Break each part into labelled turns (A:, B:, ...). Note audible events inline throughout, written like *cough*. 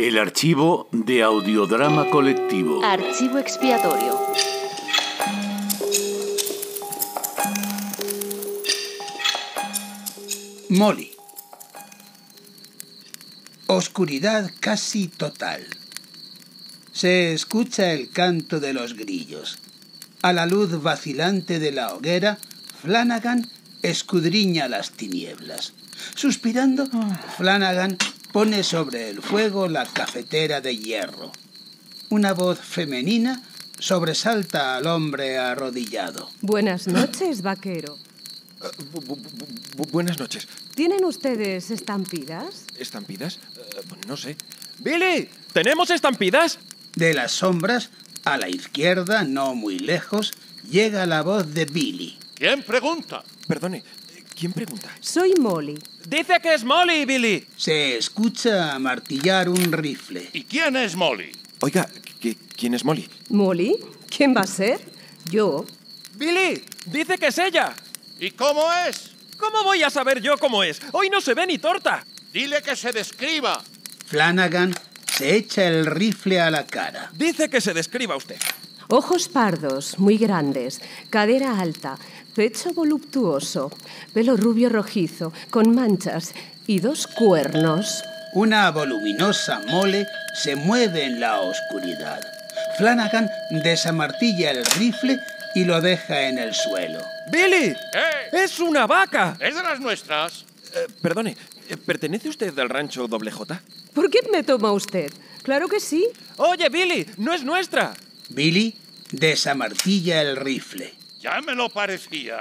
A: El archivo de audiodrama colectivo.
B: Archivo expiatorio.
C: Molly. Oscuridad casi total. Se escucha el canto de los grillos. A la luz vacilante de la hoguera, Flanagan escudriña las tinieblas. Suspirando, Flanagan pone sobre el fuego la cafetera de hierro. Una voz femenina sobresalta al hombre arrodillado.
D: Buenas noches, vaquero.
E: Bu- bu- bu- bu- buenas noches.
D: ¿Tienen ustedes estampidas?
E: ¿Estampidas? Eh, no sé. ¡Billy! ¿Tenemos estampidas?
C: De las sombras, a la izquierda, no muy lejos, llega la voz de Billy.
F: ¿Quién pregunta?
E: Perdone, eh, ¿quién pregunta?
D: Soy Molly.
E: Dice que es Molly, Billy.
C: Se escucha amartillar un rifle.
F: ¿Y quién es Molly?
E: Oiga, ¿qui- ¿quién es Molly?
D: ¿Molly? ¿Quién va a ser? Yo.
E: Billy, dice que es ella.
F: ¿Y cómo es?
E: ¿Cómo voy a saber yo cómo es? Hoy no se ve ni torta.
F: Dile que se describa.
C: Flanagan se echa el rifle a la cara.
E: Dice que se describa usted.
D: Ojos pardos, muy grandes, cadera alta, pecho voluptuoso, pelo rubio rojizo, con manchas y dos cuernos.
C: Una voluminosa mole se mueve en la oscuridad. Flanagan desamartilla el rifle y lo deja en el suelo.
E: ¡Billy!
F: ¡Eh!
E: ¡Es una vaca!
F: ¿Es de las nuestras?
E: Eh, perdone, eh, ¿pertenece usted al rancho doble J?
D: ¿Por qué me toma usted? Claro que sí.
E: Oye, Billy, no es nuestra.
C: Billy desamartilla el rifle.
F: Ya me lo parecía.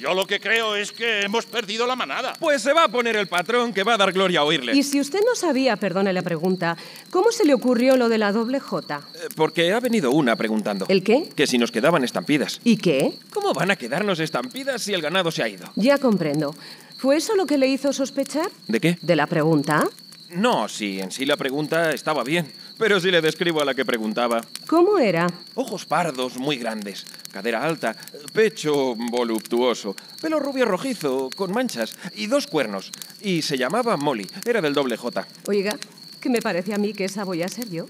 F: Yo lo que creo es que hemos perdido la manada.
E: Pues se va a poner el patrón que va a dar gloria a oírle.
D: Y si usted no sabía, perdone la pregunta, ¿cómo se le ocurrió lo de la doble J?
E: Eh, Porque ha venido una preguntando.
D: ¿El qué?
E: Que si nos quedaban estampidas.
D: ¿Y qué?
E: ¿Cómo van a quedarnos estampidas si el ganado se ha ido?
D: Ya comprendo. ¿Fue eso lo que le hizo sospechar?
E: ¿De qué?
D: ¿De la pregunta?
E: No, si en sí la pregunta estaba bien, pero si le describo a la que preguntaba.
D: ¿Cómo era?
E: Ojos pardos muy grandes, cadera alta, pecho voluptuoso, pelo rubio rojizo, con manchas y dos cuernos. Y se llamaba Molly, era del doble J.
D: Oiga, que me parece a mí que esa voy a ser yo.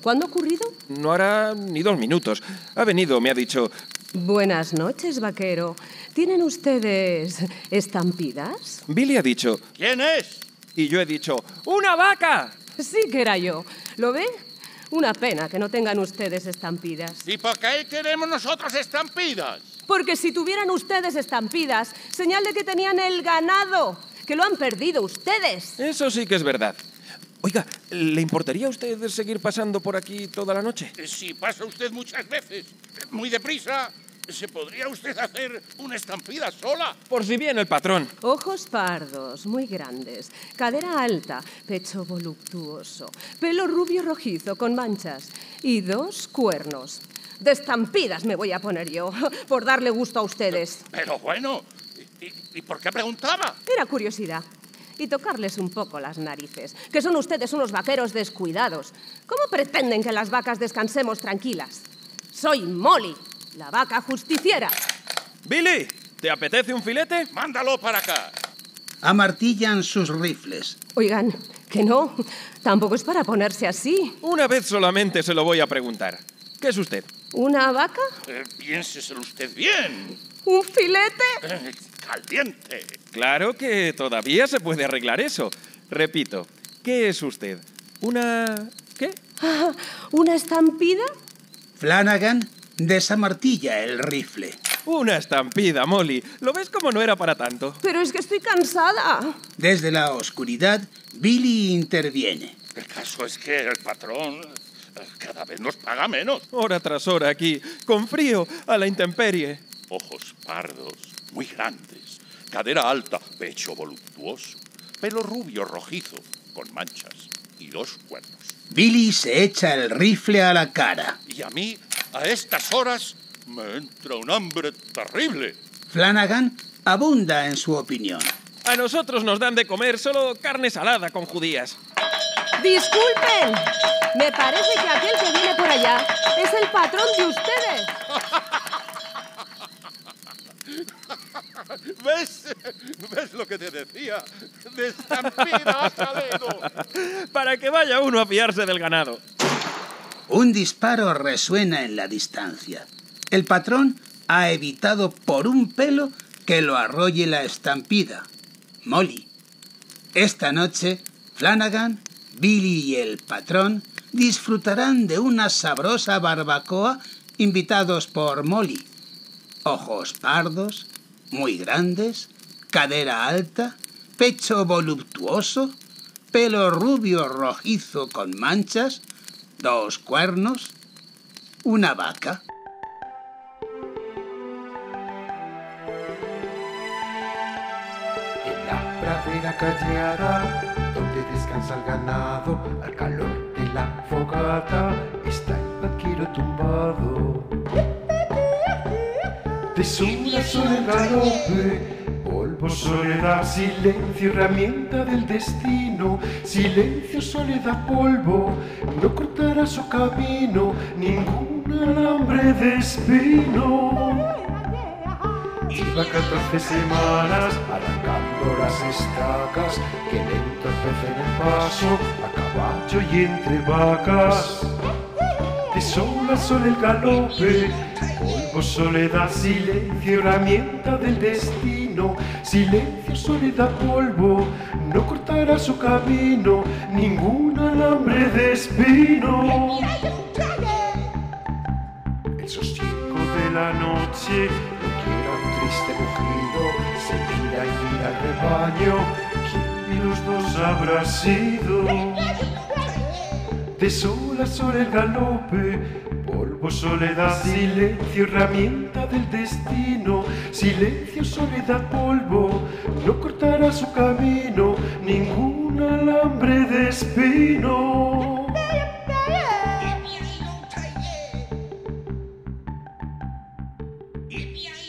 D: ¿Cuándo ha ocurrido?
E: No hará ni dos minutos. Ha venido, me ha dicho,
D: Buenas noches, vaquero. ¿Tienen ustedes estampidas?
E: Billy ha dicho,
F: ¿Quién es?
E: y yo he dicho, ¡una vaca!
D: Sí que era yo. ¿Lo ve? Una pena que no tengan ustedes estampidas.
F: ¿Y por qué queremos nosotros estampidas?
D: Porque si tuvieran ustedes estampidas, señal de que tenían el ganado, que lo han perdido ustedes.
E: Eso sí que es verdad. Oiga, ¿le importaría a usted seguir pasando por aquí toda la noche?
F: Eh, Si pasa usted muchas veces, eh, muy deprisa, ¿se podría usted hacer una estampida sola?
E: Por si bien el patrón.
D: Ojos pardos, muy grandes, cadera alta, pecho voluptuoso, pelo rubio rojizo con manchas y dos cuernos. De estampidas me voy a poner yo, *laughs* por darle gusto a ustedes.
F: Pero bueno, ¿y, y- y por qué preguntaba?
D: Era curiosidad. Y tocarles un poco las narices, que son ustedes unos vaqueros descuidados. ¿Cómo pretenden que las vacas descansemos tranquilas? Soy Molly, la vaca justiciera.
E: Billy, ¿te apetece un filete?
F: Mándalo para acá.
C: Amartillan sus rifles.
D: Oigan, que no, tampoco es para ponerse así.
E: Una vez solamente se lo voy a preguntar. ¿Qué es usted?
D: ¿Una vaca?
F: Eh, piénseselo usted bien.
D: ¿Un filete?
F: Eh, Caliente.
E: Claro que todavía se puede arreglar eso. Repito, ¿qué es usted? ¿Una... qué?
D: Ah, *laughs* ¿Una estampida?
C: Flanagan desamartilla el rifle.
E: Una estampida, Molly. ¿Lo ves como no era para tanto?
D: Pero es que estoy cansada.
C: Desde la oscuridad, Billy interviene.
F: El caso es que el patrón eh, cada vez nos paga menos.
E: Hora tras hora aquí, con frío, a la intemperie.
F: Ojos pardos, muy grandes, cadera alta, pecho voluptuoso, pelo rubio rojizo, con manchas y dos cuernos.
C: Billy se echa el rifle a la cara.
F: Y a mí, a estas horas, me entra un hambre terrible.
C: Flanagan abunda en su opinión.
E: A nosotros nos dan de comer solo carne salada con judías.
D: Disculpen, me parece que aquel que viene por allá es el patrón de ustedes.
F: ¿Ves? *laughs* ¿Ves lo que te decía? De estampida a dedo.
E: *laughs* Para que vaya uno a fiarse del ganado.
C: Un disparo resuena en la distancia. El patrón ha evitado por un pelo que lo arrolle la estampida. Molly. Esta noche, Flanagan, Billy y el patrón disfrutarán de una sabrosa barbacoa invitados por Molly. Ojos pardos, muy grandes, cadera alta, pecho voluptuoso, pelo rubio rojizo con manchas, dos cuernos, una vaca.
B: En la pradera callada, donde descansa el ganado, al calor de la fogata, está el vaquero tumbado. De sur a sur el galope, polvo, soledad, silencio, herramienta del destino. Silencio, soledad, polvo, no cortará su camino, ningún alambre de espino. Iba 14 semanas arrancando las estacas que le entorpecen el paso a caballo y entre vacas. De sol a sol el galope, polvo, soledad, silencio, herramienta del destino. Silencio, soledad, polvo, no cortará su camino ningún alambre de espino. El sosiego de la noche lo quiera un triste mugido, se tira y mira al rebaño, ¿quién de los dos habrá sido? De sol a sol el galope, polvo, soledad, silencio, herramienta del destino, silencio, soledad, polvo, no cortará su camino, ningún alambre de espino.
G: If you